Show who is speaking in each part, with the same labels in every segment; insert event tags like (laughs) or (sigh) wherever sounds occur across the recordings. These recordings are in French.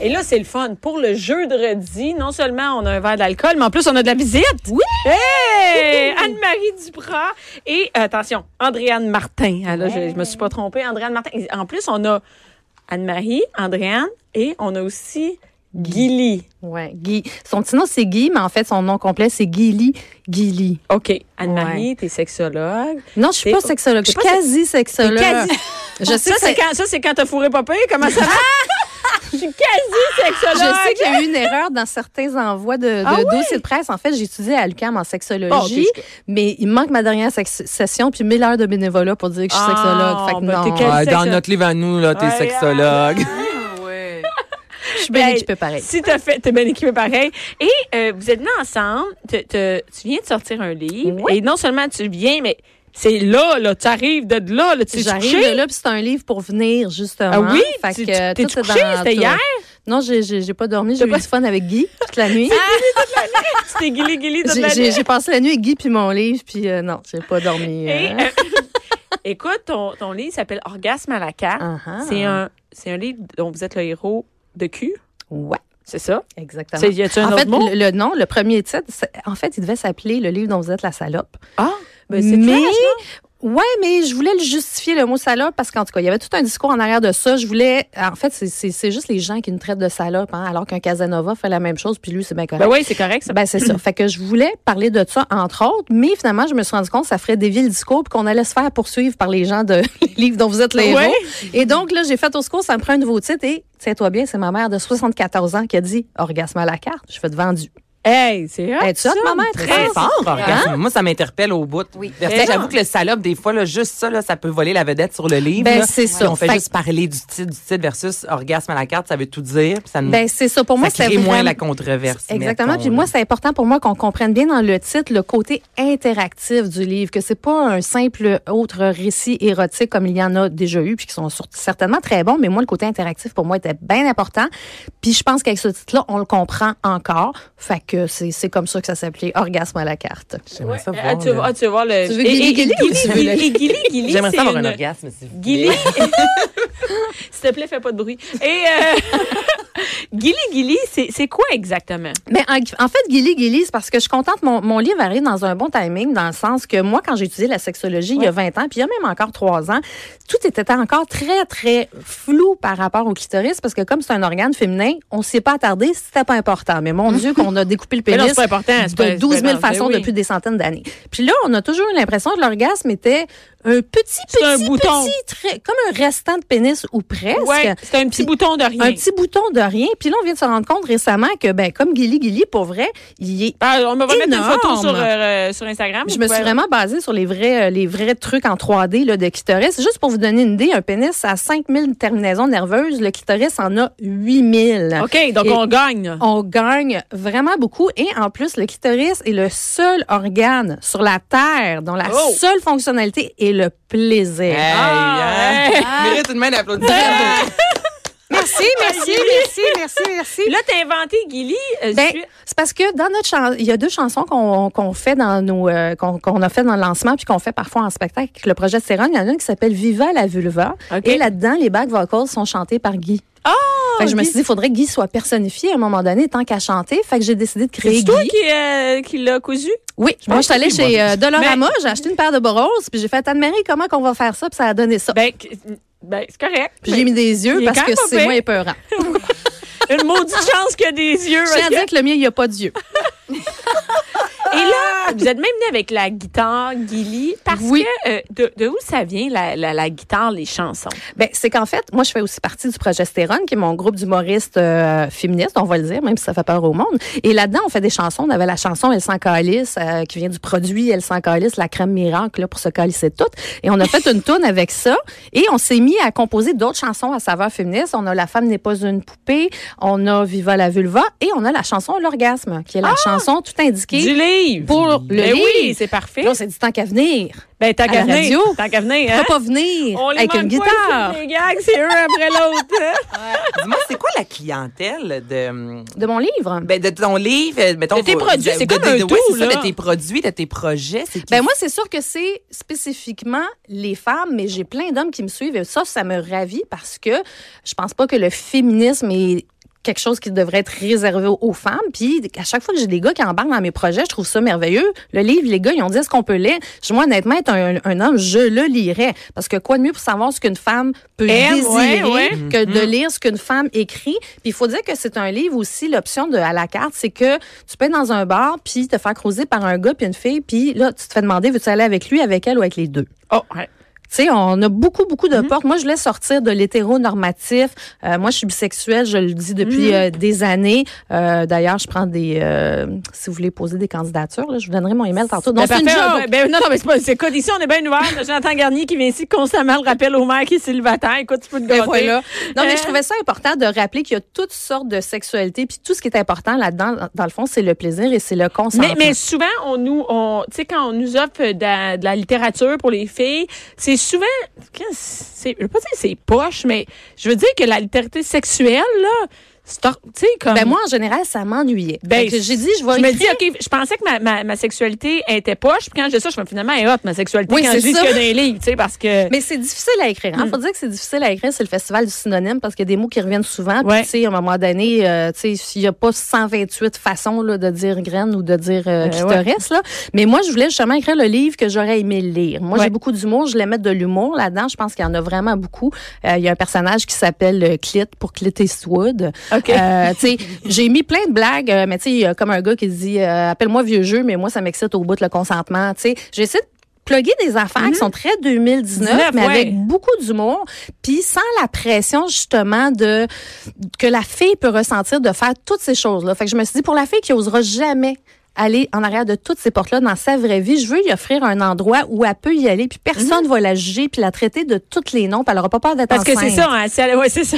Speaker 1: Et là, c'est le fun. Pour le jeu de redis, non seulement on a un verre d'alcool, mais en plus, on a de la visite.
Speaker 2: Oui!
Speaker 1: Hey! Anne-Marie Duprat et, euh, attention, Andréane Martin. Ah, là, je, je me suis pas trompée. Andréane Martin. Et En plus, on a Anne-Marie, Andréane et on a aussi Gilly.
Speaker 2: Ouais, Guy. Son petit nom, c'est Guy, mais en fait, son nom complet, c'est Guily. Guily.
Speaker 1: OK. Anne-Marie, t'es sexologue.
Speaker 2: Non, je suis
Speaker 1: T'es-
Speaker 2: pas sexologue. Je suis
Speaker 1: t'es pas
Speaker 2: quasi sexologue.
Speaker 1: quasi-
Speaker 2: (laughs) Je sais
Speaker 1: Ah, Ça,
Speaker 2: que
Speaker 1: c'est
Speaker 2: c'est-
Speaker 1: quand, ça, c'est quand t'as fourré papé. Comment
Speaker 2: (laughs)
Speaker 1: ça va? Je suis quasi
Speaker 2: je
Speaker 1: sexologue.
Speaker 2: sais qu'il y a eu une erreur dans certains envois de, de
Speaker 1: Ah oui?
Speaker 2: dossiers de presse. En fait, j'ai étudié à l'UQAM en
Speaker 1: Bon,
Speaker 2: sexologie,
Speaker 1: ok,
Speaker 2: mais il me manque ma dernière sex- session puis 1000 heures de bénévolat pour dire que je suis
Speaker 1: Ah,
Speaker 2: sexologue. Fait que
Speaker 1: ben,
Speaker 2: non,
Speaker 1: t'es quel-
Speaker 3: Ouais, dans
Speaker 1: sexo-
Speaker 3: notre livre à nous, là, t'es
Speaker 1: Ouais,
Speaker 3: sexologue.
Speaker 2: Ah, je suis bien
Speaker 1: Hey,
Speaker 2: équipée pareil.
Speaker 1: Si t'as fait, t'es bien équipé pareil. Et euh, vous êtes venus ensemble, te- te- tu viens de sortir un livre,
Speaker 2: Ouais.
Speaker 1: et non seulement tu viens, mais c'est là, là, tu arrives de là, là, tu es
Speaker 2: J'arrive de là, puis c'est un livre pour venir, justement.
Speaker 1: Ah oui?
Speaker 2: Fait
Speaker 1: Tu-
Speaker 2: que,
Speaker 1: tu-
Speaker 2: euh,
Speaker 1: t'es-tu
Speaker 2: tout est
Speaker 1: couchée?
Speaker 2: dans
Speaker 1: C'était
Speaker 2: tout.
Speaker 1: hier?
Speaker 2: Non, j'ai- j'ai j'ai pas dormi. J'ai
Speaker 1: T'as
Speaker 2: eu
Speaker 1: pas- Ah,
Speaker 2: du fun avec Guy toute la nuit.
Speaker 1: Tu t'es guilly, guilly toute
Speaker 2: (laughs) J'ai-
Speaker 1: la
Speaker 2: J'ai
Speaker 1: nuit.
Speaker 2: j'ai passé la nuit avec Guy puis mon livre, puis euh, non, j'ai pas dormi.
Speaker 1: Et,
Speaker 2: euh.
Speaker 1: euh, (laughs) écoute, ton, ton livre s'appelle Orgasme à la carte.
Speaker 2: Ah-ha.
Speaker 1: C'est un, c'est un livre dont vous êtes le héros de cul,
Speaker 2: Ouais,
Speaker 1: c'est ça?
Speaker 2: exactement.
Speaker 1: C'est- Y a-tu un
Speaker 2: en
Speaker 1: autre
Speaker 2: fait,
Speaker 1: mot?
Speaker 2: le, le nom, le premier titre, c'est- en fait, il devait s'appeler le livre dont vous êtes la salope.
Speaker 1: Ah, ben c'est
Speaker 2: mais
Speaker 1: trash,
Speaker 2: ouais, mais je voulais le justifier le mot salope parce qu'en tout cas, il y avait tout un discours en arrière de ça. Je voulais, en fait, c'est- c'est c'est juste les gens qui nous traitent de salope, hein, alors qu'un Casanova fait la même chose, puis lui, c'est bien correct.
Speaker 1: Ben oui, c'est correct, ça.
Speaker 2: Ben, c'est ça. Fait que je voulais parler de ça, entre autres, mais finalement, je me suis rendu compte que ça ferait dévier le discours puis qu'on allait se faire poursuivre par les gens de (laughs) les livres dont vous êtes les
Speaker 1: Ouais.
Speaker 2: héros. Et donc, là, j'ai fait au secours, ça me prend un nouveau titre et, tiens-toi bien, c'est ma mère de 74 ans qui a dit Orgasme à la carte. Je fais de vendu.
Speaker 1: Hey, c'est hot,
Speaker 2: Es-tu hot,
Speaker 1: Ah, ça,
Speaker 2: maman?
Speaker 1: très
Speaker 2: Très
Speaker 3: Fort, orgasme. Moi, ça m'interpelle au bout. Versailles,
Speaker 1: Mais non.
Speaker 3: J'avoue que le salope, des fois, là, juste ça, là, ça peut voler la vedette sur le livre.
Speaker 2: Ben,
Speaker 3: là.
Speaker 2: c'est
Speaker 3: Puis
Speaker 2: ça.
Speaker 3: On fait
Speaker 2: Fait
Speaker 3: juste parler du titre, du titre versus orgasme à la carte, ça veut tout dire. puis ça nous-
Speaker 2: Ben, c'est ça. Pour moi,
Speaker 3: ça
Speaker 2: c'est
Speaker 3: crée moins
Speaker 2: vraiment-
Speaker 3: la controverse.
Speaker 2: Exactement.
Speaker 3: mettons,
Speaker 2: Puis moi,
Speaker 3: là.
Speaker 2: c'est important pour moi qu'on comprenne bien dans le titre le côté interactif du livre, que c'est pas un simple autre récit érotique comme il y en a déjà eu, puis qui sont sur- certainement très bons. Mais moi, le côté interactif pour moi était bien important. Puis je pense qu'avec ce titre-là, on le comprend encore. Fait que c'est c'est comme ça que ça s'appelait Orgasme à la carte.
Speaker 3: J'aimerais ça
Speaker 1: Ah,
Speaker 3: voir,
Speaker 1: tu,
Speaker 3: là.
Speaker 1: vas- ah, tu vas voir le.
Speaker 2: Tu veux
Speaker 1: et-
Speaker 2: Guili,
Speaker 1: et-
Speaker 2: Guili ou tu veux
Speaker 1: Guili,
Speaker 2: le-
Speaker 1: Guili, Guili, Guili,
Speaker 3: J'aimerais
Speaker 1: c'est
Speaker 3: ça avoir un
Speaker 1: une-
Speaker 3: orgasme. s'il vous
Speaker 1: Guili,
Speaker 3: plaît.
Speaker 1: s'il te plaît, fais pas de bruit. Et euh, (laughs) Guili, Guili, c'est c'est quoi exactement?
Speaker 2: Mais en, en fait, Guilly Guilly, c'est parce que je suis contente. Mon, mon livre arrive dans un bon timing, dans le sens que moi, quand j'ai étudié la sexologie il y a 20 ans, puis il y a même encore 3 ans, tout était encore très, très flou par rapport au clitoris, parce que comme c'est un organe féminin, on ne s'est pas attardé, c'était pas important. Mais mon Dieu, qu'on a découpé le
Speaker 1: (laughs) Mais non,
Speaker 2: pénis
Speaker 1: c'est pas important, c'est pas-
Speaker 2: de 12
Speaker 1: ben
Speaker 2: 000
Speaker 1: non, ben
Speaker 2: façons
Speaker 1: oui.
Speaker 2: depuis des centaines d'années. Puis là, on a toujours eu l'impression que l'orgasme était un petit,
Speaker 1: C'est
Speaker 2: petit,
Speaker 1: un bouton.
Speaker 2: petit, très- comme un restant de pénis ou presque.
Speaker 1: Ouais, c'est un petit
Speaker 2: Puis-
Speaker 1: bouton de rien.
Speaker 2: Un petit bouton de rien. Puis là, on vient de se rendre compte récemment que, ben, comme Guilly Guilly, pour vrai, il est
Speaker 1: Ah, on va mettre une
Speaker 2: énorme.
Speaker 1: photo sur, euh, euh, sur Instagram.
Speaker 2: je
Speaker 1: vous
Speaker 2: me
Speaker 1: pouvez-
Speaker 2: suis vraiment basée sur les vrais, euh, les vrais trucs en 3D là, de clitoris. Juste pour vous donner une idée, un pénis a 5000 terminaisons nerveuses. Le clitoris en a 8000.
Speaker 1: OK, donc
Speaker 2: Et-
Speaker 1: on gagne. là.
Speaker 2: On gagne vraiment beaucoup. Et en plus, le clitoris est le seul organe sur la Terre dont la
Speaker 1: Oh!
Speaker 2: seule fonctionnalité est le plaisir.
Speaker 3: Hey,
Speaker 1: Ah,
Speaker 3: hein?
Speaker 1: hey.
Speaker 3: Mérite une main d'applaudissement.
Speaker 2: Merci,
Speaker 1: (laughs)
Speaker 2: merci, merci, merci, merci.
Speaker 1: Là, t'as inventé Guili. euh,
Speaker 2: Ben,
Speaker 1: suite-
Speaker 2: c'est parce que dans notre chan- il y a deux chansons qu'on qu'on fait dans nos euh, qu'on qu'on a fait dans le lancement puis qu'on fait parfois en spectacle avec le projet Céron, il y en a une qui s'appelle Viva la vulva
Speaker 1: OK.
Speaker 2: et là-dedans les back vocals sont chantés par Guy.
Speaker 1: Ah,
Speaker 2: Fait que je me
Speaker 1: Guy.
Speaker 2: suis dit, il faudrait que Guy soit personnifié à un moment donné, tant qu'à chanter. Fait que j'ai décidé de créer
Speaker 1: c'est toi
Speaker 2: Guy.
Speaker 1: qui, euh, qui l'a cousu?
Speaker 2: Oui, moi, je suis allée
Speaker 3: que c'est
Speaker 2: chez
Speaker 3: moi.
Speaker 2: euh, Dolorama, j'ai acheté une paire de boros, puis j'ai fait Anne-Marie, comment qu'on va faire ça, puis ça a donné ça.
Speaker 1: Ben, qu- ben, c'est correct.
Speaker 2: Puis Ah. j'ai mis
Speaker 1: il
Speaker 2: des yeux
Speaker 1: est
Speaker 2: parce
Speaker 1: quand
Speaker 2: que
Speaker 1: même pas
Speaker 2: c'est
Speaker 1: pire.
Speaker 2: moins épeurant.
Speaker 1: Une (laughs) maudite chance qu'il y a des yeux.
Speaker 2: Je tiens à dire que le mien, il n'y a pas d'yeux.
Speaker 1: Et là, vous êtes même né avec la guitare, Guilly, parce
Speaker 2: Ah! Oui.
Speaker 1: que euh, de, de où ça vient la, la, la guitare, les chansons?
Speaker 2: Ben, c'est qu'en fait, moi, je fais aussi partie du Progestérone, qui est mon groupe d'humoristes euh, féministes, on va le dire, même si ça fait peur au monde. Et là-dedans, on fait des chansons. On avait la chanson Elle s'en calisse, euh, qui vient du produit Elle s'en calisse, la crème miracle, là, pour se calisser toutes. Et on a fait une tourne avec ça. Et on s'est mis à composer d'autres chansons à saveur féministe. On a La femme n'est pas une poupée, on a Viva la vulva, et on a la chanson L'orgasme, qui est la chanson tout indiquée.
Speaker 1: Ah! Du livre!
Speaker 2: Pour le
Speaker 1: Ben oui,
Speaker 2: livre.
Speaker 1: c'est parfait.
Speaker 2: Puis là, on s'est dit tant qu'à venir.
Speaker 1: Ben, tant
Speaker 2: à
Speaker 1: qu'à
Speaker 2: la
Speaker 1: venir.
Speaker 2: radio.
Speaker 1: Tant qu'à venir,
Speaker 2: Pourquoi
Speaker 1: hein?
Speaker 2: pas venir
Speaker 1: On les
Speaker 2: avec une
Speaker 1: manque pas,
Speaker 2: guitare?
Speaker 1: ces gags, c'est un après
Speaker 2: (laughs)
Speaker 1: l'autre. hein?
Speaker 3: Dis-moi, c'est quoi la clientèle de, hum,
Speaker 2: De mon livre?
Speaker 3: ben, de ton livre? euh, mettons,
Speaker 1: De tes
Speaker 3: vos-
Speaker 1: produits, c'est
Speaker 3: de-
Speaker 1: comme
Speaker 3: de-
Speaker 1: un
Speaker 3: de- ouais,
Speaker 1: tout,
Speaker 3: c'est ça,
Speaker 1: là.
Speaker 3: de tes produits, de tes projets. c'est qui?
Speaker 2: Ben moi, c'est sûr que c'est spécifiquement les femmes, mais j'ai plein d'hommes qui me suivent et ça, ça me ravit parce que je pense pas que le féminisme est quelque chose qui devrait être réservé aux- aux femmes. Puis à chaque fois que j'ai des gars qui embarquent dans mes projets, je trouve ça merveilleux. Le livre, les gars, ils ont dit est-ce qu'on peut lire. Je- Moi, honnêtement, être un, un homme, je le lirais. Parce que quoi de mieux pour savoir ce qu'une femme peut
Speaker 1: Elle, ouais,
Speaker 2: désirer
Speaker 1: Mm-hmm. ouais.
Speaker 2: que de lire ce qu'une femme écrit. Puis il faut dire que c'est un livre aussi, l'option de à la carte, c'est que tu peux être dans un bar, puis te faire croiser par un gars, puis une fille, puis là, tu te fais demander, veux-tu aller avec lui, avec elle ou avec les deux?
Speaker 1: Oh, ouais.
Speaker 2: Tu sais, on a beaucoup, beaucoup
Speaker 1: Mm-hmm.
Speaker 2: de portes. Moi, je voulais sortir de l'hétéronormatif. Euh, moi, je suis bisexuelle, je le dis depuis
Speaker 1: Mm-hmm.
Speaker 2: euh, des années. Euh, D'ailleurs, je prends des... euh, si vous voulez poser des candidatures, là, je vous donnerai mon email tantôt. Non,
Speaker 1: Ben,
Speaker 2: c'est une
Speaker 1: parfait,
Speaker 2: joke.
Speaker 1: ben, ben, non, non, mais c'est pas. C'est quoi? Ici, on est bien ouvert. On a Jonathan Garnier qui vient ici constamment le rappel au maire qui est célibataire. Écoute, tu peux te
Speaker 2: Ben
Speaker 1: gâter.
Speaker 2: voilà. Non,
Speaker 1: Hein?
Speaker 2: mais je trouvais ça important de rappeler qu'il y a toutes sortes de sexualités, puis tout ce qui est important là-dedans, dans le fond, c'est le plaisir et c'est le consentement.
Speaker 1: Mais, mais souvent, on nous, on, tu sais, quand on nous offre de la, de la littérature pour les filles, c'est souvent, qu'est-ce- c'est, je veux pas dire c'est poche, mais je veux dire que la littérature sexuelle, là, c'est, or- tu sais, comme.
Speaker 2: Ben, moi, en général, ça m'ennuyait.
Speaker 1: Ben,
Speaker 2: Fait que j'ai dit, je vais
Speaker 1: je me
Speaker 2: écrire.
Speaker 1: dis, OK, je pensais que ma, ma, ma sexualité était poche, puis quand je dis ça, je me dis, finalement, elle est hot, ma sexualité,
Speaker 2: Oui,
Speaker 1: quand
Speaker 2: c'est
Speaker 1: je lis ce
Speaker 2: ça.
Speaker 1: qu'il y a dans les livres, tu sais, parce que. Hmm.
Speaker 2: Mais c'est difficile à écrire. Il faut dire que c'est difficile à écrire. C'est le festival du synonyme parce qu'il y a des mots qui reviennent souvent. Puis,
Speaker 1: Ouais.
Speaker 2: tu sais, à un moment donné, euh, tu sais, s'il n'y a pas 128 façons là, de dire graine ou de dire euh,
Speaker 1: Euh,
Speaker 2: clitoris. Là. Mais moi, je voulais justement écrire le livre que j'aurais aimé lire. Moi,
Speaker 1: Ouais.
Speaker 2: j'ai beaucoup d'humour. Je voulais mettre de l'humour là-dedans. Je pense qu'il y en a vraiment beaucoup. Euh, Il y a un personnage qui s'appelle euh, Clit pour Clit Eastwood.
Speaker 1: OK.
Speaker 2: Euh, tu sais, j'ai mis plein de blagues, euh, mais tu sais, il y a comme un gars qui dit euh, appelle-moi vieux jeu, mais moi ça m'excite au bout de le consentement. Tu sais, j'essaie de plugger des affaires qui sont très 2019,
Speaker 1: 19,
Speaker 2: mais
Speaker 1: Mhm. ouais.
Speaker 2: avec beaucoup d'humour, puis sans la pression justement de que la fille peut ressentir de faire toutes ces choses-là. Fait que je me suis dit pour la fille qui osera jamais aller en arrière de toutes ces portes-là dans sa vraie vie, je veux lui offrir un endroit où elle peut y aller, puis personne va la juger, puis la traiter de tous les noms, puis elle n'aura pas peur d'être
Speaker 1: Mhm. Parce que c'est
Speaker 2: enceinte.
Speaker 1: ça, hein, c'est- ouais, c'est ça.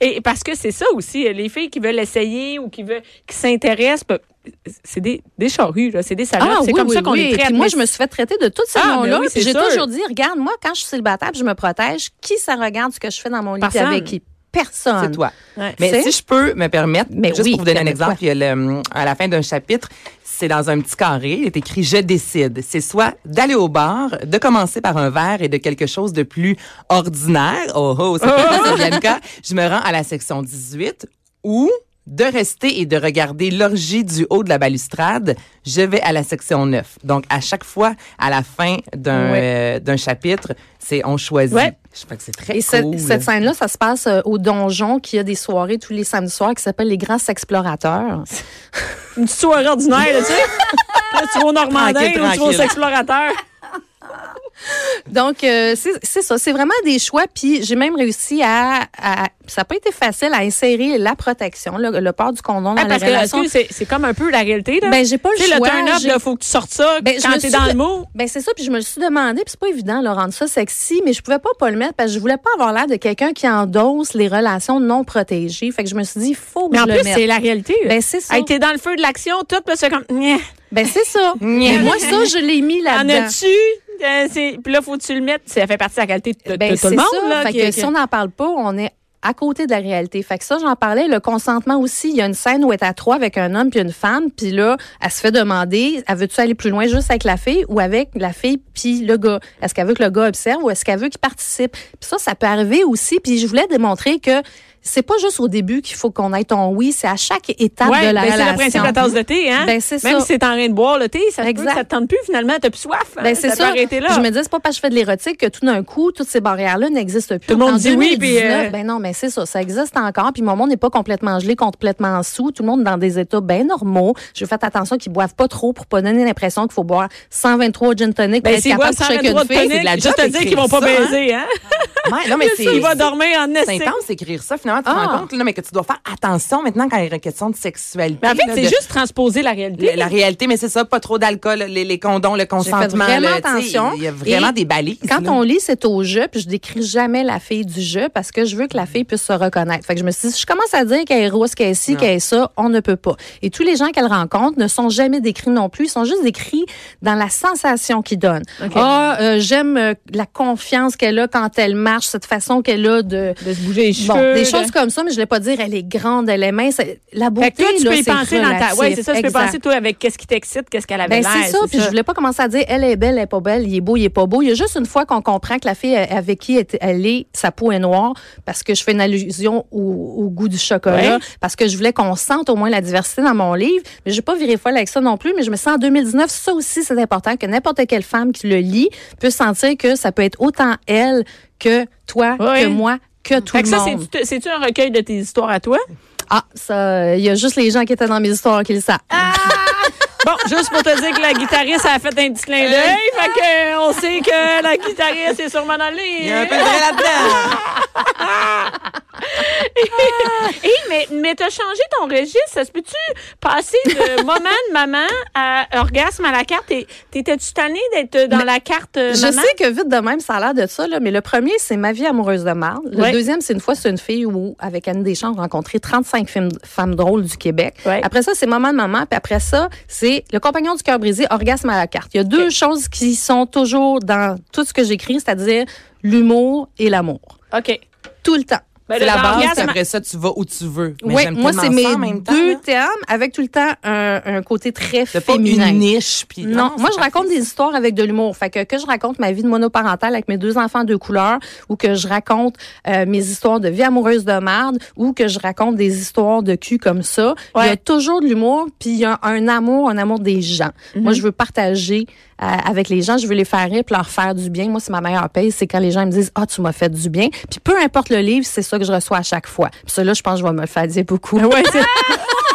Speaker 1: Et parce que c'est ça aussi, euh, les filles qui veulent essayer ou qui veulent, qui s'intéressent, ben, c'est des, des charrues, là, c'est des salopes. c'est
Speaker 2: Ah, oui,
Speaker 1: comme
Speaker 2: oui,
Speaker 1: ça qu'on
Speaker 2: oui.
Speaker 1: les traite.
Speaker 2: Puis moi,
Speaker 1: Mais
Speaker 2: je me suis fait traiter de toutes ces
Speaker 1: Ah, mais
Speaker 2: noms-là.
Speaker 1: oui, c'est
Speaker 2: Puis j'ai
Speaker 1: sûr.
Speaker 2: toujours dit, regarde, moi, quand je suis célibataire, puis je me protège, qui ça regarde ce que je fais dans mon lit puis
Speaker 1: Personne.
Speaker 2: avec qui? Personne.
Speaker 3: C'est toi.
Speaker 1: Ouais.
Speaker 3: Mais
Speaker 2: C'est-
Speaker 3: si je peux me permettre,
Speaker 2: Mais
Speaker 3: juste
Speaker 2: oui,
Speaker 3: pour vous donner un
Speaker 2: permets-toi.
Speaker 3: exemple, il y a le, à la fin d'un chapitre, c'est dans un petit carré, il est écrit Je décide. C'est soit d'aller au bar, de commencer par un verre et de quelque chose de plus ordinaire. Oh, oh, ça fait plaisir, Bianca. Je me rends à la section 18 ou de rester et de regarder l'orgie du haut de la balustrade, je vais à la section 9. Donc, à chaque fois, à la fin d'un
Speaker 1: Ouais.
Speaker 3: euh, d'un chapitre, c'est on choisit.
Speaker 1: Ouais.
Speaker 3: Je pense que c'est très
Speaker 2: Et ce-
Speaker 3: cool.
Speaker 2: cette scène-là, ça se passe euh, au donjon qui a des soirées tous les samedis soirs qui s'appellent les Grands
Speaker 1: (laughs)
Speaker 2: Explorateurs.
Speaker 1: une petite soirée ordinaire, là, tu sais. Là, tu vas au Normandin,
Speaker 3: Tranquille,
Speaker 1: ou tu vas aux
Speaker 3: tranquille.
Speaker 1: explorateurs.
Speaker 2: Donc, euh, c'est c'est ça. C'est vraiment des choix. Puis, j'ai même réussi à, à- Ça n'a pas été facile à insérer la protection, le, le port du condom dans
Speaker 1: Ah, parce
Speaker 2: les
Speaker 1: que
Speaker 2: relations.
Speaker 1: excuse, c'est, c'est comme un peu la réalité, là.
Speaker 2: Ben, j'ai pas
Speaker 1: tu
Speaker 2: le
Speaker 1: sais, le
Speaker 2: choix.
Speaker 1: turn-up,
Speaker 2: J'ai-
Speaker 1: là, faut que tu sortes ça
Speaker 2: Ben, je
Speaker 1: quand
Speaker 2: me
Speaker 1: t'es
Speaker 2: suis
Speaker 1: dans
Speaker 2: fait-
Speaker 1: le mot.
Speaker 2: Ben c'est ça, puis je me le suis demandé, puis c'est pas évident de rendre ça sexy, mais je pouvais pas pas le mettre parce que je voulais pas avoir l'air de quelqu'un qui endosse les relations non protégées. Fait que je me suis dit, il faut que
Speaker 1: Mais
Speaker 2: je
Speaker 1: en
Speaker 2: le
Speaker 1: plus,
Speaker 2: mette.
Speaker 1: c'est la réalité.
Speaker 2: Ben c'est ça.
Speaker 1: Hey, t'es dans le feu de l'action, tout, puis c'est comme, Nyeh.
Speaker 2: Ben
Speaker 1: (laughs)
Speaker 2: c'est ça.
Speaker 3: Nya.
Speaker 2: mais moi ça, je l'ai mis
Speaker 1: en
Speaker 2: là-dedans.
Speaker 1: as-tu? Euh, c'est- Puis là, faut que tu le mettes. Ça fait partie de la qualité de, de-
Speaker 2: Ben
Speaker 1: de tout
Speaker 2: c'est
Speaker 1: le monde,
Speaker 2: ça.
Speaker 1: là.
Speaker 2: fait
Speaker 1: qui-
Speaker 2: que,
Speaker 1: qui-
Speaker 2: si on n'en parle pas, on est à côté de la réalité. Fait que ça, j'en parlais. Le consentement aussi, il y a une scène où elle est à trois avec un homme puis une femme, puis là, elle se fait demander, elle veut-tu aller plus loin juste avec la fille ou avec la fille puis le gars? Est-ce qu'elle veut que le gars observe ou est-ce qu'elle veut qu'il participe? Puis ça, ça peut arriver aussi. Puis je voulais démontrer que c'est pas juste au début qu'il faut qu'on ait ton oui, c'est à chaque étape
Speaker 1: Ouais,
Speaker 2: de la
Speaker 1: ben, c'est
Speaker 2: relation.
Speaker 1: le principe de la tasse de thé, hein?
Speaker 2: Ben, c'est
Speaker 1: Même
Speaker 2: ça.
Speaker 1: si t'es en train de boire le thé, ça se peut
Speaker 2: Exact.
Speaker 1: que ça te tente plus finalement, t'as plus soif. hein,
Speaker 2: Ben, c'est
Speaker 1: peut
Speaker 2: ça.
Speaker 1: arrêter là.
Speaker 2: Je me dis, c'est pas parce que je fais de l'érotique que tout d'un coup, toutes ces barrières-là n'existent plus.
Speaker 1: Tout le monde
Speaker 2: En
Speaker 1: dit oui, puis,
Speaker 2: 2019,
Speaker 1: euh,
Speaker 2: Ben non, mais c'est ça, ça existe encore. Puis mon monde n'est pas complètement gelé, complètement sous. Tout le monde est dans des états bien normaux. Je fais attention qu'ils boivent pas trop pour pas donner l'impression qu'il faut boire 123 gin tonic pour
Speaker 1: Ben,
Speaker 2: être
Speaker 1: s'ils
Speaker 2: capable
Speaker 1: boivent
Speaker 2: de coucher avec
Speaker 1: 123 de
Speaker 2: une fille.
Speaker 3: c'est de
Speaker 1: tonic,
Speaker 3: la
Speaker 1: juste
Speaker 3: job
Speaker 1: te dire qu'ils vont pas
Speaker 3: d'écrire ça,
Speaker 1: baiser, hein?
Speaker 3: Ouais,
Speaker 2: (laughs)
Speaker 3: non, mais c'est.
Speaker 1: Il va dormir en
Speaker 3: C'est
Speaker 1: essai.
Speaker 3: intense d'écrire ça. Finalement, tu te
Speaker 2: Ah.
Speaker 3: rends compte là, mais que tu dois faire attention maintenant quand il est question de sexualité.
Speaker 1: Mais en fait,
Speaker 3: là,
Speaker 1: c'est
Speaker 3: de-
Speaker 1: juste transposer la réalité.
Speaker 3: La, la réalité, mais c'est ça, pas trop d'alcool, les, les condoms, le consentement.
Speaker 2: vraiment
Speaker 3: le- tu sais,
Speaker 2: attention.
Speaker 3: Il y a vraiment
Speaker 2: Et
Speaker 3: des balises.
Speaker 2: Quand
Speaker 3: là.
Speaker 2: on lit, c'est au jeu, puis je décris jamais la fille du jeu parce que je veux que la fille puisse se reconnaître. Fait que je me suis dit, si je commence à dire qu'elle est rousse, qu'elle est ci, qu'elle est ça, on ne peut pas. Et tous les gens qu'elle rencontre ne sont jamais décrits non plus, ils sont juste décrits dans la sensation qu'ils donnent. Ah, euh, j'aime euh, la confiance qu'elle a quand elle marche, cette façon qu'elle a de...
Speaker 1: De se bouger les cheveux.
Speaker 2: Bon, des
Speaker 1: de-
Speaker 2: choses comme ça, mais je ne vais pas dire elle est grande, elle est mince. La beauté,
Speaker 1: Fait que toi, tu
Speaker 2: là,
Speaker 1: peux y
Speaker 2: c'est
Speaker 1: penser dans ta.
Speaker 2: relatif.
Speaker 1: Oui, c'est ça, tu peux
Speaker 2: Exact.
Speaker 1: penser, toi, avec qu'est-ce qui t'excite, qu'est-ce qu'elle avait
Speaker 2: Ben,
Speaker 1: l'air.
Speaker 2: c'est ça. Puis je voulais pas commencer à dire elle est belle, elle est pas belle, il est beau, il est pas beau. Il y a juste une fois qu'on comprend que la fille euh, avec qui elle- elle est, sa peau est noire, parce que je fais une allusion au, au goût du chocolat,
Speaker 1: Ouais.
Speaker 2: parce que je voulais qu'on sente au moins la diversité dans mon livre. Mais j'ai pas viré folle avec ça non plus. Mais je me sens en 2019, ça aussi c'est important que n'importe quelle femme qui le lit peut sentir que ça peut être autant elle que toi,
Speaker 1: Ouais.
Speaker 2: que moi, que tout
Speaker 1: Fait que
Speaker 2: le
Speaker 1: ça,
Speaker 2: monde.
Speaker 1: c'est-tu- c'est-tu un recueil de tes histoires à toi?
Speaker 2: Ah, ça, il y a juste les gens qui étaient dans mes histoires qui le savent.
Speaker 1: (laughs) Bon, juste pour te dire que la guitariste a fait un petit clin d'œil, fait que euh, on sait que la guitariste est sûrement dans le livre.
Speaker 3: Il y a un peu de vrai
Speaker 2: (laughs)
Speaker 3: là-dedans.
Speaker 1: Hé, mais, mais t'as changé ton registre. Ça se peut-tu passer (laughs) de moment de maman à orgasme à la carte? Et T'étais-tu tannée d'être dans la carte euh,
Speaker 2: Je
Speaker 1: maman?
Speaker 2: sais que vite de même, ça a l'air de ça, là, mais le premier, c'est Ma vie amoureuse de Marne. Le
Speaker 1: Ouais.
Speaker 2: deuxième, c'est une fois, c'est une fille où, avec Anne Deschamps, on rencontrait 35 films- femmes drôles du Québec.
Speaker 1: Ouais.
Speaker 2: Après ça, c'est Maman de Maman. Puis après ça, c'est Le compagnon du cœur brisé, Orgasme à la carte. Il y a deux choses qui sont toujours dans tout ce que j'écris, c'est-à-dire l'humour et l'amour.
Speaker 1: OK.
Speaker 2: Tout le temps.
Speaker 1: Ben,
Speaker 3: C'est
Speaker 1: le
Speaker 3: la base,
Speaker 1: orgasme-
Speaker 3: puis après ça, tu vas où tu veux. Mais
Speaker 2: Oui,
Speaker 3: j'aime
Speaker 2: moi,
Speaker 3: tellement
Speaker 2: c'est
Speaker 3: ça
Speaker 2: mes
Speaker 3: en même temps,
Speaker 2: deux
Speaker 3: là.
Speaker 2: termes avec tout le temps un, un côté très
Speaker 3: T'as pas
Speaker 2: féminin.
Speaker 3: une niche. Puis,
Speaker 2: Non, moi je
Speaker 3: c'est
Speaker 2: raconte des histoires avec de l'humour. Fait que que je raconte ma vie de monoparentale avec mes deux enfants de couleur, ou que je raconte euh, mes histoires de vie amoureuse de marde, ou que je raconte des histoires de cul comme ça, il y a
Speaker 1: Ouais.
Speaker 2: toujours de l'humour, puis il y a un amour, un amour des gens.
Speaker 1: Mhm.
Speaker 2: Moi je veux partager euh, avec les gens, je veux les faire rire, puis leur faire du bien. Moi c'est ma meilleure paye, c'est quand les gens me disent ah tu m'as fait du bien. Puis peu importe le livre, c'est ça que je reçois à chaque fois. Puis ça là je pense que je vais me le faire dire beaucoup.
Speaker 1: Ben Ouais, c'est-
Speaker 2: (laughs)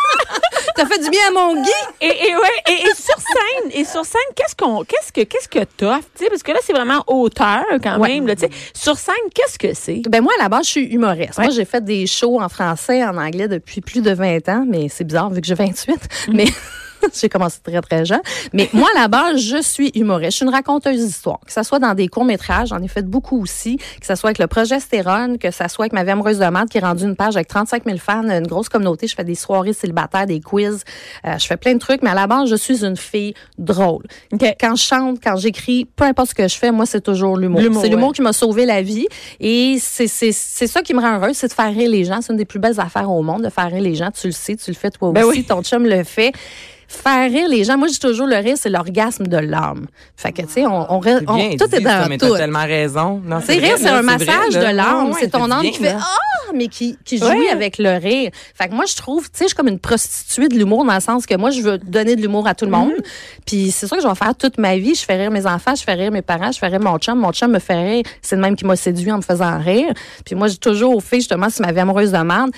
Speaker 2: T'as fait du bien à mon Guy.
Speaker 1: et, et ouais, et, et sur scène, et sur scène, qu'est-ce qu'on, qu'est-ce que, qu'est-ce que t'offres, tu sais, parce que là c'est vraiment auteur quand
Speaker 2: Ouais.
Speaker 1: même, là, tu sais. Sur scène, qu'est-ce que c'est
Speaker 2: Ben moi, à la base, je suis humoriste. Moi, j'ai fait des shows en français, en anglais depuis plus de 20 ans, mais c'est bizarre vu que j'ai 28, mais (laughs) j'ai commencé très, très jeune. Mais moi, à la base, je suis humoriste. Je suis une raconteuse d'histoires, que ça soit dans des courts-métrages, j'en ai fait beaucoup aussi, que ça soit avec le progestérone, que ça soit avec ma vie amoureuse de marde qui est rendue une page avec 35 000 fans, une grosse communauté. Je fais des soirées célibataires, des quiz, euh, je fais plein de trucs, mais à la base, je suis une fille drôle.
Speaker 1: OK.
Speaker 2: Quand je chante, quand j'écris, peu importe ce que je fais, moi, c'est toujours l'humour.
Speaker 1: L'humour,
Speaker 2: C'est l'humour
Speaker 1: ouais.
Speaker 2: qui m'a sauvé la vie. Et c'est c'est- c'est ça qui me rend heureuse, c'est de faire rire les gens. C'est une des plus belles affaires au monde, de faire rire les gens. Tu le sais, tu le fais toi aussi.
Speaker 1: Ben
Speaker 2: Ton chum le fait. Faire rire les gens. Moi, je dis toujours, le rire, c'est l'orgasme de l'âme. Fait que, tu sais, on, on, reste- on-
Speaker 3: bien
Speaker 2: tout est
Speaker 3: dit, ça,
Speaker 2: dans
Speaker 3: mais
Speaker 2: tout.
Speaker 3: T'as tellement raison. Non,
Speaker 2: C'est rire,
Speaker 3: vrai,
Speaker 2: c'est
Speaker 3: là,
Speaker 2: un
Speaker 3: vrai,
Speaker 2: massage
Speaker 3: là.
Speaker 2: de l'âme.
Speaker 3: Ouais,
Speaker 2: c'est ton
Speaker 3: t'as
Speaker 2: âme
Speaker 3: dit
Speaker 2: qui
Speaker 3: bien,
Speaker 2: fait
Speaker 3: là.
Speaker 2: Ah, mais qui, qui jouit
Speaker 1: Ouais.
Speaker 2: avec le rire. Fait que moi, je trouve, tu sais, je suis comme une prostituée de l'humour dans le sens que moi, je veux donner de l'humour à
Speaker 3: Mhm.
Speaker 2: tout le monde. Puis c'est ça que je vais faire toute ma vie. Je fais rire mes enfants, je fais rire mes parents, je fais rire mon chum. Mon chum me fait rire. C'est le même qui m'a séduit en me faisant rire. Puis moi, j'ai toujours aux filles, justement, si ma vie amoureuse demande,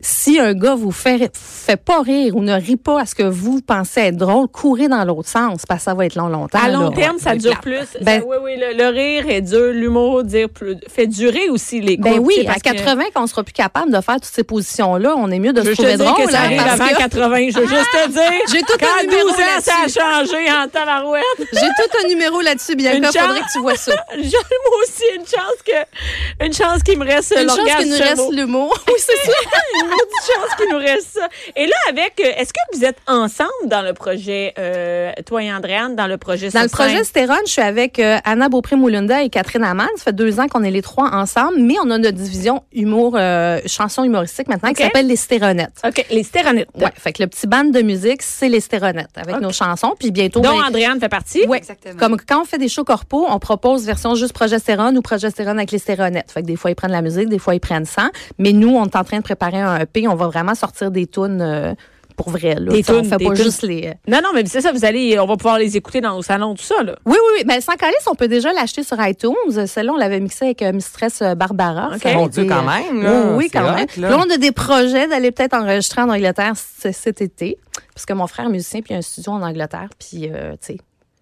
Speaker 2: si un gars vous fait, fait pas rire ou ne rit pas à ce que vous pensez être drôle, courez dans l'autre sens, parce que ça va être long, longtemps.
Speaker 1: À
Speaker 2: là.
Speaker 1: long terme, ça
Speaker 2: C'est
Speaker 1: dure
Speaker 2: plate.
Speaker 1: plus.
Speaker 2: Ben-
Speaker 1: Ça- oui, oui, le, le rire est dur, l'humour dire plus, fait durer aussi les couples.
Speaker 2: Ben
Speaker 1: tu
Speaker 2: oui,
Speaker 1: sais,
Speaker 2: à
Speaker 1: parce que-
Speaker 2: 80, qu'on sera plus capable de faire toutes ces positions-là, on est mieux de
Speaker 1: Je
Speaker 2: se
Speaker 1: veux juste te
Speaker 2: trouver
Speaker 1: dire
Speaker 2: drôle.
Speaker 1: que ça
Speaker 2: hein,
Speaker 1: arrive
Speaker 2: parce
Speaker 1: avant
Speaker 2: que Ah!
Speaker 1: 80. Je veux juste te dire.
Speaker 2: J'ai tout un
Speaker 1: Quand
Speaker 2: numéro
Speaker 1: 12 ans, ça a
Speaker 2: là-dessus.
Speaker 1: changé en tabarouette. (laughs)
Speaker 2: J'ai tout un numéro là-dessus,
Speaker 1: Une
Speaker 2: Bianca.
Speaker 1: chance.
Speaker 2: Faudrait que tu vois ça.
Speaker 1: J'ai, moi aussi, une chance que, une chance qu'il me reste
Speaker 2: Une chance
Speaker 1: l'orgasme.
Speaker 2: qu'il nous reste
Speaker 1: chevaux.
Speaker 2: l'humour. Oui, c'est ça.
Speaker 1: Une maudite chance qu'il nous reste ça. Et là, avec, euh, est-ce que vous êtes ensemble dans le projet, euh, toi et Andréane, dans le projet
Speaker 2: Dans le
Speaker 1: sur
Speaker 2: projet
Speaker 1: scène?
Speaker 2: Stéron, je suis avec euh, Anna Beaupré-Moulunda et Catherine Amann. Ça fait deux ans qu'on est les trois ensemble, mais on a notre division humour, euh, chansons humoristiques maintenant qui
Speaker 1: Ok.
Speaker 2: s'appelle les Stéronettes.
Speaker 1: OK, les stéronettes.
Speaker 2: Ouais, fait que le petit band de musique, c'est les Stéronettes avec
Speaker 1: Ok.
Speaker 2: nos chansons. Puis bientôt,
Speaker 1: Dont
Speaker 2: ben,
Speaker 1: Andréane fait partie.
Speaker 2: ouais,
Speaker 4: Exactement.
Speaker 2: comme quand on fait des shows corpo, on propose version juste progestérone ou progestérone avec les stéronettes. Fait que des fois, ils prennent la musique, des fois, ils prennent sans. Mais nous, on est en train de préparer un EP. On va vraiment sortir des tunes euh, pour vrai. Là.
Speaker 1: Des
Speaker 2: T'sais, on
Speaker 1: tunes,
Speaker 2: fait
Speaker 1: des
Speaker 2: pas
Speaker 1: tunes.
Speaker 2: juste les... euh,
Speaker 1: Non, non, mais c'est ça, vous allez, on va pouvoir les écouter dans nos salons, tout ça, là.
Speaker 2: Oui, oui, oui. Ben, sans calice, on peut déjà l'acheter sur iTunes. Euh, Celle-là, on l'avait mixée avec euh, Mistress euh, Barbara.
Speaker 1: Ok.
Speaker 2: Ça a
Speaker 3: Mon
Speaker 2: été,
Speaker 3: Dieu, quand
Speaker 2: euh,
Speaker 3: même, là.
Speaker 2: oui, oui,
Speaker 3: C'est
Speaker 2: quand
Speaker 3: hot,
Speaker 2: même.
Speaker 3: là.
Speaker 2: Là. on a des projets d'aller peut-être enregistrer en Angleterre c- cet été. Parce que mon frère est musicien, puis il a un studio en Angleterre. Puis, euh, tu sais,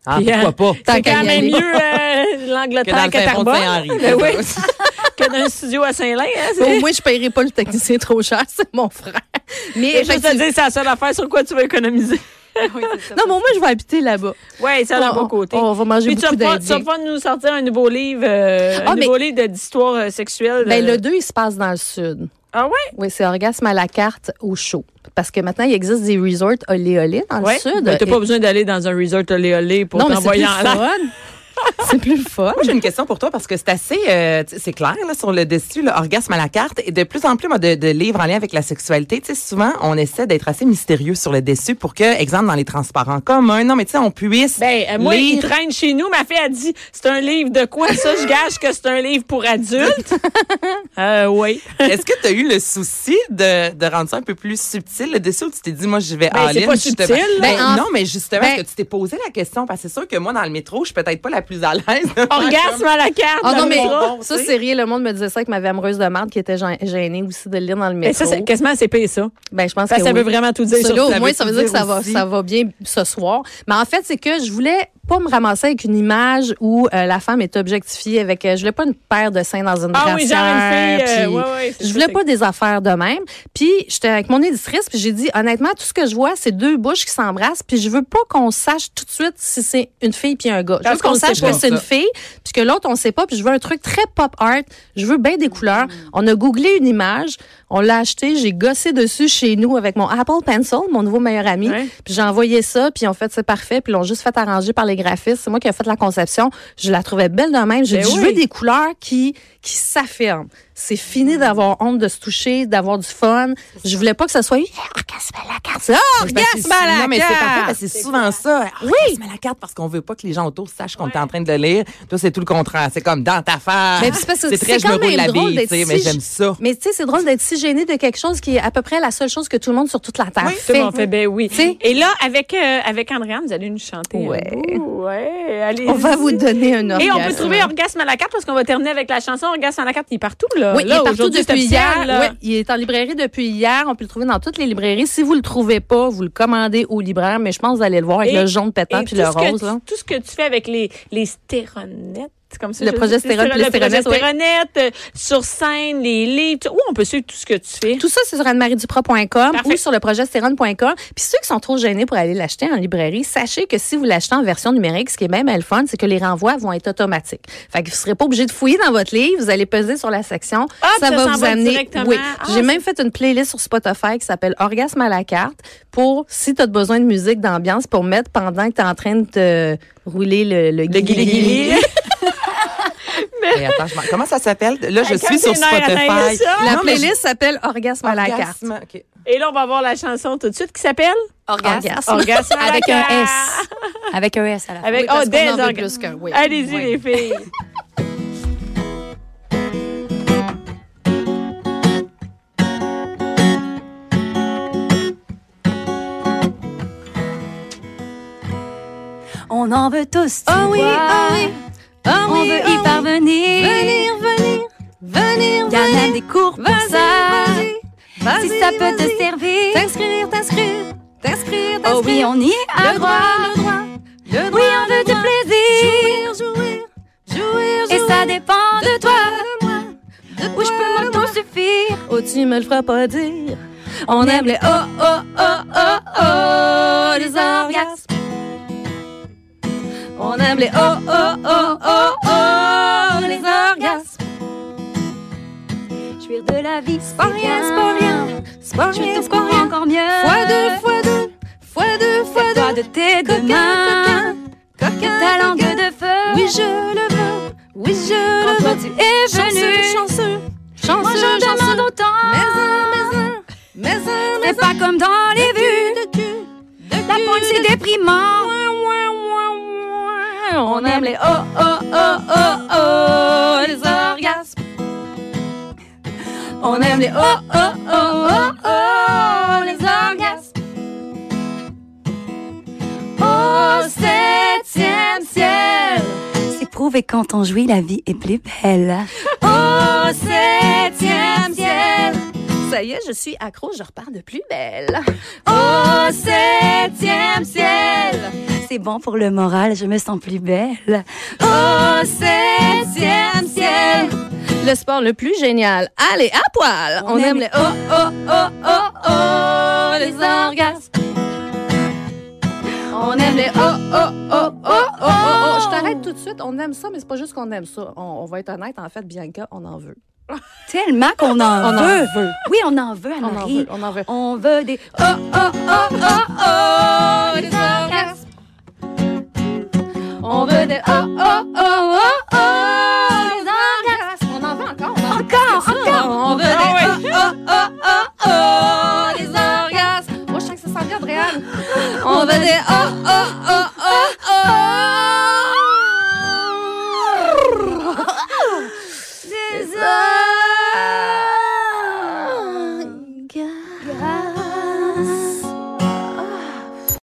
Speaker 3: Ah,
Speaker 1: Puis,
Speaker 3: pourquoi pas?
Speaker 2: tant
Speaker 1: C'est
Speaker 2: qu'à
Speaker 1: quand
Speaker 2: y
Speaker 1: même
Speaker 2: aller.
Speaker 1: mieux euh,
Speaker 3: Que dans
Speaker 1: l'Angleterre
Speaker 3: le
Speaker 1: que
Speaker 3: fin fond de Saint-Henri.
Speaker 1: Terrebonne Ben
Speaker 3: (laughs)
Speaker 1: oui, que d'un studio à Saint-Lin. Hein, c'est-
Speaker 2: Au moins, je ne paierai pas le technicien trop cher, (laughs) c'est mon frère. Mais
Speaker 1: Et juste te
Speaker 2: effectivement-
Speaker 1: dire, c'est la seule affaire sur quoi tu vas économiser.
Speaker 3: Ah
Speaker 4: Oui, c'est ça.
Speaker 2: non, Oh, mais au moins, je vais habiter là-bas.
Speaker 1: Oui, ça, d'un
Speaker 2: On-
Speaker 1: bon côté.
Speaker 2: On va manger
Speaker 1: Puis tu vas,
Speaker 2: beaucoup
Speaker 1: pouvoir, tu vas
Speaker 2: d'Indiens.
Speaker 1: pouvoir nous sortir un nouveau livre, euh,
Speaker 2: Ah,
Speaker 1: un
Speaker 2: mais-
Speaker 1: nouveau livre de- d'histoire euh, sexuelle.
Speaker 2: Ben,
Speaker 1: euh.
Speaker 2: le 2, il se passe dans le sud.
Speaker 1: Ah ouais?
Speaker 2: Oui, c'est orgasme à la carte au chaud. Parce que maintenant, il existe des resorts olé olé dans le
Speaker 1: Ouais.
Speaker 2: sud.
Speaker 1: Ben, t'as pas
Speaker 2: Et-
Speaker 1: besoin d'aller dans un resort olé olé pour
Speaker 2: non, mais c'est plus
Speaker 1: t'envoyer en l'air.
Speaker 2: fun. (laughs) c'est plus
Speaker 1: (laughs)
Speaker 2: fun.
Speaker 3: Moi, j'ai une question pour toi parce que c'est assez, euh, tu sais, c'est clair là, sur le dessus, l'orgasme orgasme à la carte. Et de plus en plus, moi, de, de livres en lien avec la sexualité, tu sais, souvent, on essaie d'être assez mystérieux sur le dessus pour que, exemple, dans les transports en commun, non, mais tu sais, on puisse
Speaker 1: Ben, euh, moi, il
Speaker 3: lire.
Speaker 1: traîne chez nous. Ma fille a dit, c'est un livre de quoi ça? Je gage que c'est un livre pour adultes. (laughs) euh, oui. (laughs)
Speaker 3: Est-ce que tu as eu le souci de, de rendre ça un peu plus subtil le dessus où tu t'es dit, moi, je vais
Speaker 1: Ben,
Speaker 3: en
Speaker 1: c'est
Speaker 3: ligne,
Speaker 1: pas
Speaker 3: justement.
Speaker 1: subtil, là.
Speaker 3: Ben,
Speaker 2: En-
Speaker 3: non, mais justement,
Speaker 2: Ben-
Speaker 3: est-ce que tu t'es posé la question parce que c'est sûr que moi, dans le métro, je suis peut-être pas la plus à l'aise.
Speaker 1: (laughs) Orgasme à la carte.
Speaker 2: Ah
Speaker 1: dans
Speaker 2: non,
Speaker 1: le
Speaker 2: mais
Speaker 1: métro.
Speaker 3: bon,
Speaker 2: ça,
Speaker 3: tu sais.
Speaker 2: c'est rien. Le monde me disait ça avec ma amoureuse de marde qui était gê- gênée aussi de le lire dans le métro.
Speaker 1: Mais ça, c'est quasiment c'est payé, ça.
Speaker 2: ben, je pense
Speaker 1: Ça,
Speaker 2: que
Speaker 1: ça
Speaker 2: oui.
Speaker 1: veut vraiment tout dire.
Speaker 2: Ça,
Speaker 1: sur
Speaker 2: là, au
Speaker 3: ça
Speaker 2: moins,
Speaker 3: veut
Speaker 2: ça
Speaker 3: tout
Speaker 2: veut dire que
Speaker 3: dire
Speaker 2: ça va,
Speaker 3: aussi.
Speaker 2: ça va bien ce soir. Mais en fait, c'est que je voulais pas me ramasser avec une image où euh, la femme est objectifiée avec. euh, je voulais pas une paire de seins dans une
Speaker 1: Ah oui, genre une
Speaker 2: brassière,
Speaker 1: fille. euh,
Speaker 2: puis
Speaker 1: ouais, ouais, c'est
Speaker 2: Je
Speaker 1: ça,
Speaker 2: voulais
Speaker 1: c'est-
Speaker 2: pas des affaires de même. Puis j'étais avec mon éditrice, puis j'ai dit honnêtement, tout ce que je vois, c'est deux bouches qui s'embrassent, puis je veux pas qu'on sache tout de suite si c'est une fille puis un gars. Je
Speaker 1: Parce
Speaker 2: veux qu'on
Speaker 1: qu'on sait
Speaker 2: sache
Speaker 3: pas
Speaker 2: que c'est une
Speaker 3: ça.
Speaker 2: fille, puis que l'autre on sait pas, puis je veux un truc très pop art, je veux bien des couleurs.
Speaker 1: Mm.
Speaker 2: On a googlé une image, on l'a acheté, j'ai gossé dessus chez nous avec mon Apple Pencil, mon nouveau meilleur ami,
Speaker 1: Ouais.
Speaker 2: puis j'ai envoyé ça, puis en fait c'est parfait, puis l'ont juste fait arranger par les graphistes, c'est moi qui ai fait la conception. Je la trouvais belle de même, j'ai
Speaker 1: Ben
Speaker 2: dit je
Speaker 1: oui.
Speaker 2: veux des couleurs qui qui s'affirment. C'est
Speaker 3: Mm.
Speaker 2: fini d'avoir honte de se toucher, d'avoir du fun. Je voulais pas que ça soit Yeah, orgasme à la carte. Ah, C'est orgasme à la
Speaker 3: Non, mais c'est parfait
Speaker 2: carte.
Speaker 3: parce que c'est souvent ça. Orgasme à la carte parce qu'on veut pas que les gens autour sachent qu'on est en train de le lire. Toi, c'est tout le contraire. C'est comme dans ta face.
Speaker 2: Mais Ben, c'est parce que
Speaker 3: C'est
Speaker 2: c'est
Speaker 3: très je
Speaker 2: quand
Speaker 3: me roule
Speaker 2: même
Speaker 3: la
Speaker 2: drôle
Speaker 3: bille,
Speaker 2: d'être
Speaker 3: tu sais,
Speaker 2: si
Speaker 3: mais
Speaker 2: je- (laughs)
Speaker 3: j'aime ça.
Speaker 2: Mais tu sais, c'est drôle d'être si gêné de quelque chose qui est à peu près la seule chose que tout le monde sur toute la terre
Speaker 1: Tout le
Speaker 2: fait.
Speaker 1: monde fait, ben oui.
Speaker 2: Tu sais.
Speaker 1: Et là, avec, euh, avec Andréane, vous allez nous chanter. un
Speaker 2: Ouais.
Speaker 1: bout. Ouais, allez.
Speaker 2: On va vous donner un orgasme.
Speaker 1: Et on peut trouver Orgasme à la carte parce qu'on va terminer avec la chanson Orgasme à la carte. Il est partout, là.
Speaker 2: Oui, il
Speaker 1: Là,
Speaker 2: est partout
Speaker 1: aujourd'hui, c'est
Speaker 2: depuis
Speaker 1: officiel,
Speaker 2: hier.
Speaker 1: là.
Speaker 2: Oui, il est en librairie depuis hier. On peut le trouver dans toutes les librairies. Si vous le trouvez pas, vous le commandez au libraire, mais je pense que vous allez le voir avec
Speaker 1: Et-
Speaker 2: le jaune pétant
Speaker 1: Et
Speaker 2: Ah, puis le
Speaker 1: tout ce que
Speaker 2: rose.
Speaker 1: tu-
Speaker 2: là.
Speaker 1: Tout ce que tu fais avec les, les stéronettes. c'est Comme ça,
Speaker 2: Le
Speaker 1: je-
Speaker 2: projet
Speaker 1: les
Speaker 2: stéron-
Speaker 1: stéron-
Speaker 2: les
Speaker 1: le projet
Speaker 2: stéronettes, oui.
Speaker 1: stéronettes, euh, sur scène, les livres, tout- où on peut suivre tout ce que tu fais.
Speaker 2: Tout ça, c'est sur annemarieduprat.com
Speaker 1: Parfait.
Speaker 2: ou sur le projet Puis ceux qui sont trop gênés pour aller l'acheter en librairie, sachez que si vous l'achetez en version numérique, ce qui est même le fun, c'est que les renvois vont être automatiques. Fait que vous serez pas obligé de fouiller dans votre livre, vous allez peser sur la section,
Speaker 1: Ah, puis
Speaker 2: ça
Speaker 1: ça
Speaker 2: va
Speaker 1: s'en
Speaker 2: vous
Speaker 1: va
Speaker 2: amener.
Speaker 1: directement.
Speaker 2: Oui,
Speaker 1: Ah,
Speaker 2: j'ai même fait une playlist sur Spotify qui s'appelle Orgasme à la carte pour si tu as besoin de musique d'ambiance pour mettre pendant que tu es en train de te rouler le le, guili-guili.
Speaker 3: Mais attends, je m'en- comment ça s'appelle? Là, je
Speaker 1: Hey, quand
Speaker 3: suis sur
Speaker 1: t'es nerf,
Speaker 3: Spotify.
Speaker 1: attends, ça.
Speaker 2: La
Speaker 3: Non, mais
Speaker 2: playlist s'appelle Orgasme à la carte.
Speaker 3: Orgasme, ok.
Speaker 1: Et là, on va voir la chanson tout de suite qui s'appelle
Speaker 4: Orgasme.
Speaker 1: Orgasme
Speaker 2: (laughs)
Speaker 1: à la
Speaker 4: Avec un
Speaker 1: carte.
Speaker 4: S. Avec un S à la
Speaker 1: (laughs)
Speaker 4: fin.
Speaker 1: Avec,
Speaker 2: Oui, parce
Speaker 1: oh,
Speaker 2: qu'on
Speaker 1: des
Speaker 2: en veut
Speaker 1: orga-
Speaker 2: plus qu'un, oui.
Speaker 1: Allez-y,
Speaker 2: Oui.
Speaker 1: les filles.
Speaker 4: On en veut tous. tu
Speaker 2: Oh oui,
Speaker 4: vois.
Speaker 2: oh oui. Oh
Speaker 4: On
Speaker 2: oui,
Speaker 4: veut
Speaker 2: oh
Speaker 4: y
Speaker 2: oui.
Speaker 4: parvenir.
Speaker 2: Venir, venir, venir,
Speaker 4: Il y en a des cours pour
Speaker 2: Vas-y,
Speaker 4: ça.
Speaker 2: vas-y,
Speaker 4: Si ça peut te
Speaker 2: vas-y.
Speaker 4: servir.
Speaker 2: T'inscrire, t'inscrire, t'inscrire,
Speaker 4: Oh oui,
Speaker 2: t'inscrire.
Speaker 4: on y a
Speaker 2: Le
Speaker 4: droit.
Speaker 2: le droit, le
Speaker 4: Oui,
Speaker 2: droit,
Speaker 4: on veut
Speaker 2: le
Speaker 4: du
Speaker 2: droit.
Speaker 4: plaisir.
Speaker 2: Jouir, jouir,
Speaker 4: Et
Speaker 2: jouir.
Speaker 4: ça dépend de toi. Où je peux m'auto-suffire.
Speaker 2: Oh, tu me le feras pas dire.
Speaker 4: On aime les oh, oh, oh, oh, oh, les orgasmes.
Speaker 2: On aime les oh, oh, oh, oh, oh, les orgasmes.
Speaker 4: Jouir de la vie, c'est
Speaker 2: Pas rien, c'est pas rien. C'est pas
Speaker 4: Je
Speaker 2: rien,
Speaker 4: te
Speaker 2: c'est pas
Speaker 4: prends
Speaker 2: rien.
Speaker 4: encore mieux.
Speaker 2: Fois deux, fois deux, fois deux, fois
Speaker 4: Toi
Speaker 2: deux.
Speaker 4: de tes deux mains.
Speaker 2: Coquin, coquin, coquin.
Speaker 4: Ta langue de feu.
Speaker 2: Oui, je le veux. Oui, je
Speaker 4: Quand
Speaker 2: le
Speaker 4: toi
Speaker 2: veux.
Speaker 4: tu es
Speaker 2: Chanceux,
Speaker 4: venu.
Speaker 2: chanceux.
Speaker 4: Moi
Speaker 2: Chanceux,
Speaker 4: j'en demande
Speaker 2: chanceux. Mais
Speaker 4: autant.
Speaker 2: un, mais un, mais un, mais
Speaker 4: C'est pas comme dans les vues.
Speaker 2: de cul.
Speaker 4: La pointe c'est déprimant. On aime les oh oh oh oh oh les orgasmes. On aime les oh oh oh oh oh les orgasmes. Au septième ciel, c'est prouvé quand on jouit la vie est plus belle. Au septième ciel,
Speaker 2: Ça y est, je suis accro, je repars de plus belle.
Speaker 4: au septième ciel. C'est bon pour le moral, je me sens plus belle. Au septième ciel.
Speaker 2: Le sport le plus génial. Allez, à poil.
Speaker 4: On, aime les oh oh oh oh oh les orgasmes. On aime les oh oh oh oh
Speaker 2: Oh,
Speaker 4: oh
Speaker 2: oh,
Speaker 4: oh.
Speaker 2: je t'arrête tout de suite. On aime ça, mais c'est pas juste qu'on aime ça. On, on va être honnête, en fait, Bianca, on en veut.
Speaker 4: Tellement qu'on en
Speaker 2: On en
Speaker 4: veut.
Speaker 2: veut.
Speaker 4: Oui, on en veut,
Speaker 2: On en
Speaker 4: Anne-Marie.
Speaker 2: veut. On en veut.
Speaker 4: On veut des oh oh oh oh oh les orgasmes. On veut des oh oh oh oh oh les orgasmes.
Speaker 2: On en veut encore.
Speaker 4: Encore, encore. On veut des
Speaker 1: Ah
Speaker 4: oh oh oh oh oh les orgasmes.
Speaker 2: Moi, je sens que ça sent bien, Andréane.
Speaker 4: On veut des oh oh oh